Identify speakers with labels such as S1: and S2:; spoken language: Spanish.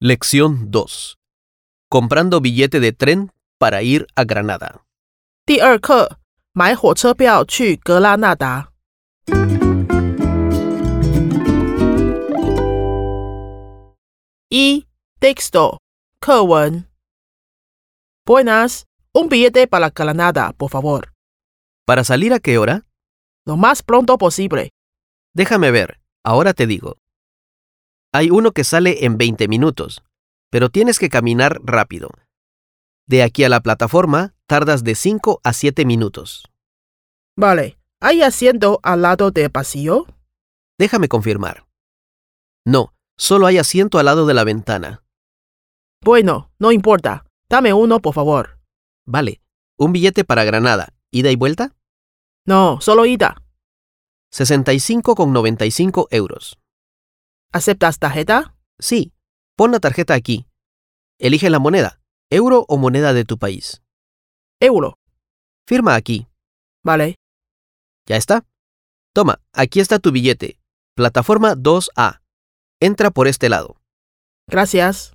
S1: Lección 2. Comprando billete de tren para ir a Granada.
S2: 第二课，买火车票去格拉纳达。一 texto 课文。Buenas, un billete para Granada, por favor,
S1: ¿Para salir a qué hora?
S2: lo más pronto posible.
S1: Déjame ver, ahora te digo. Hay uno que sale en 20 minutos, pero tienes que caminar rápido. De aquí a la plataforma tardas de 5 a 7 minutos.
S2: Vale, ¿hay asiento al lado del pasillo?
S1: Déjame confirmar. No, solo hay asiento al lado de la ventana.
S2: Bueno, no importa. Dame uno, por favor.
S1: Vale, un billete para Granada, ida y vuelta,
S2: No, solo ida.
S1: 65,95 euros.
S2: ¿Aceptas tarjeta?
S1: Sí, pon la tarjeta aquí. Elige la moneda, euro o moneda de tu país.
S2: Euro.
S1: Firma aquí.
S2: Vale.
S1: ¿Ya está? Toma, aquí está tu billete. Plataforma 2A. Entra por este lado.
S2: Gracias.